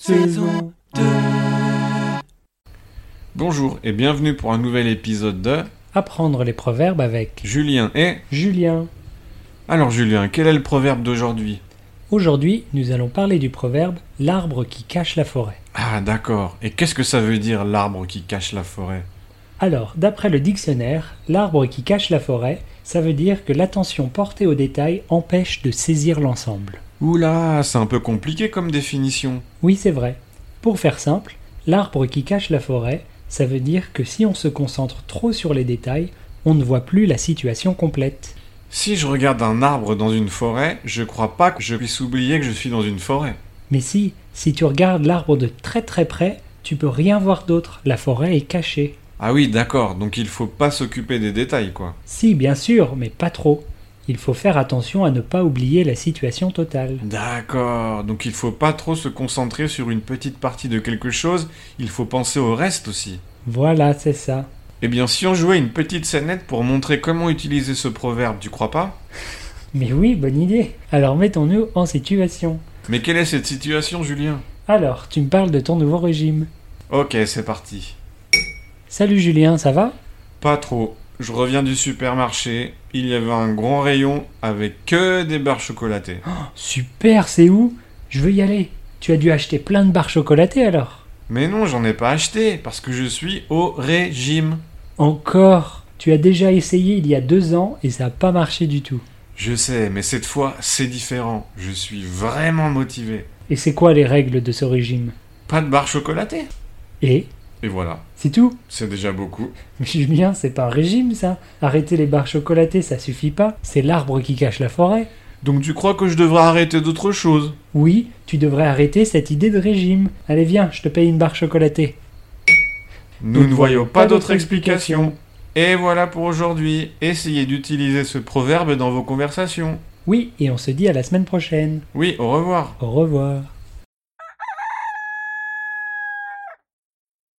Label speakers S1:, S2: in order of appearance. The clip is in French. S1: saison 2.
S2: Bonjour et bienvenue pour un nouvel épisode de
S1: Apprendre les proverbes avec
S2: Julien et...
S1: Julien.
S2: Alors Julien, quel est le proverbe d'aujourd'hui
S1: Aujourd'hui, nous allons parler du proverbe l'arbre qui cache la forêt.
S2: Ah d'accord, et qu'est-ce que ça veut dire l'arbre qui cache la forêt
S1: Alors, d'après le dictionnaire, l'arbre qui cache la forêt, ça veut dire que l'attention portée aux détails empêche de saisir l'ensemble.
S2: Oula, c'est un peu compliqué comme définition.
S1: Oui, c'est vrai. Pour faire simple, l'arbre qui cache la forêt, ça veut dire que si on se concentre trop sur les détails, on ne voit plus la situation complète.
S2: Si je regarde un arbre dans une forêt, je crois pas que je puisse oublier que je suis dans une forêt.
S1: Mais si, si tu regardes l'arbre de très très près, tu peux rien voir d'autre, la forêt est cachée.
S2: Ah oui, d'accord, donc il faut pas s'occuper des détails, quoi.
S1: Si, bien sûr, mais pas trop. Il faut faire attention à ne pas oublier la situation totale.
S2: D'accord, donc il faut pas trop se concentrer sur une petite partie de quelque chose, il faut penser au reste aussi.
S1: Voilà, c'est ça.
S2: Eh bien, si on jouait une petite scénette pour montrer comment utiliser ce proverbe, tu crois pas
S1: Mais oui, bonne idée. Alors mettons-nous en situation.
S2: Mais quelle est cette situation, Julien
S1: Alors, tu me parles de ton nouveau régime.
S2: Ok, c'est parti.
S1: Salut Julien, ça va
S2: Pas trop. Je reviens du supermarché. Il y avait un grand rayon avec que des barres chocolatées.
S1: Super, c'est où Je veux y aller. Tu as dû acheter plein de barres chocolatées alors
S2: Mais non, j'en ai pas acheté parce que je suis au régime.
S1: Encore Tu as déjà essayé il y a deux ans et ça n'a pas marché du tout.
S2: Je sais, mais cette fois, c'est différent. Je suis vraiment motivé.
S1: Et c'est quoi les règles de ce régime
S2: Pas de barres chocolatées
S1: Et
S2: Et voilà,
S1: c'est tout
S2: c'est déjà beaucoup.
S1: Mais Julien, c'est pas un régime ça Arrêter les barres chocolatées, ça suffit pas. C'est l'arbre qui cache la forêt.
S2: Donc tu crois que je devrais arrêter d'autres choses
S1: Oui, tu devrais arrêter cette idée de régime. Allez, viens, je te paye une barre chocolatée.
S2: Nous ne voyons pas d'autre explication. Et voilà pour aujourd'hui. Essayez d'utiliser ce proverbe dans vos conversations.
S1: Oui, et on se dit à la semaine prochaine.
S2: Oui, au revoir.
S1: Au revoir.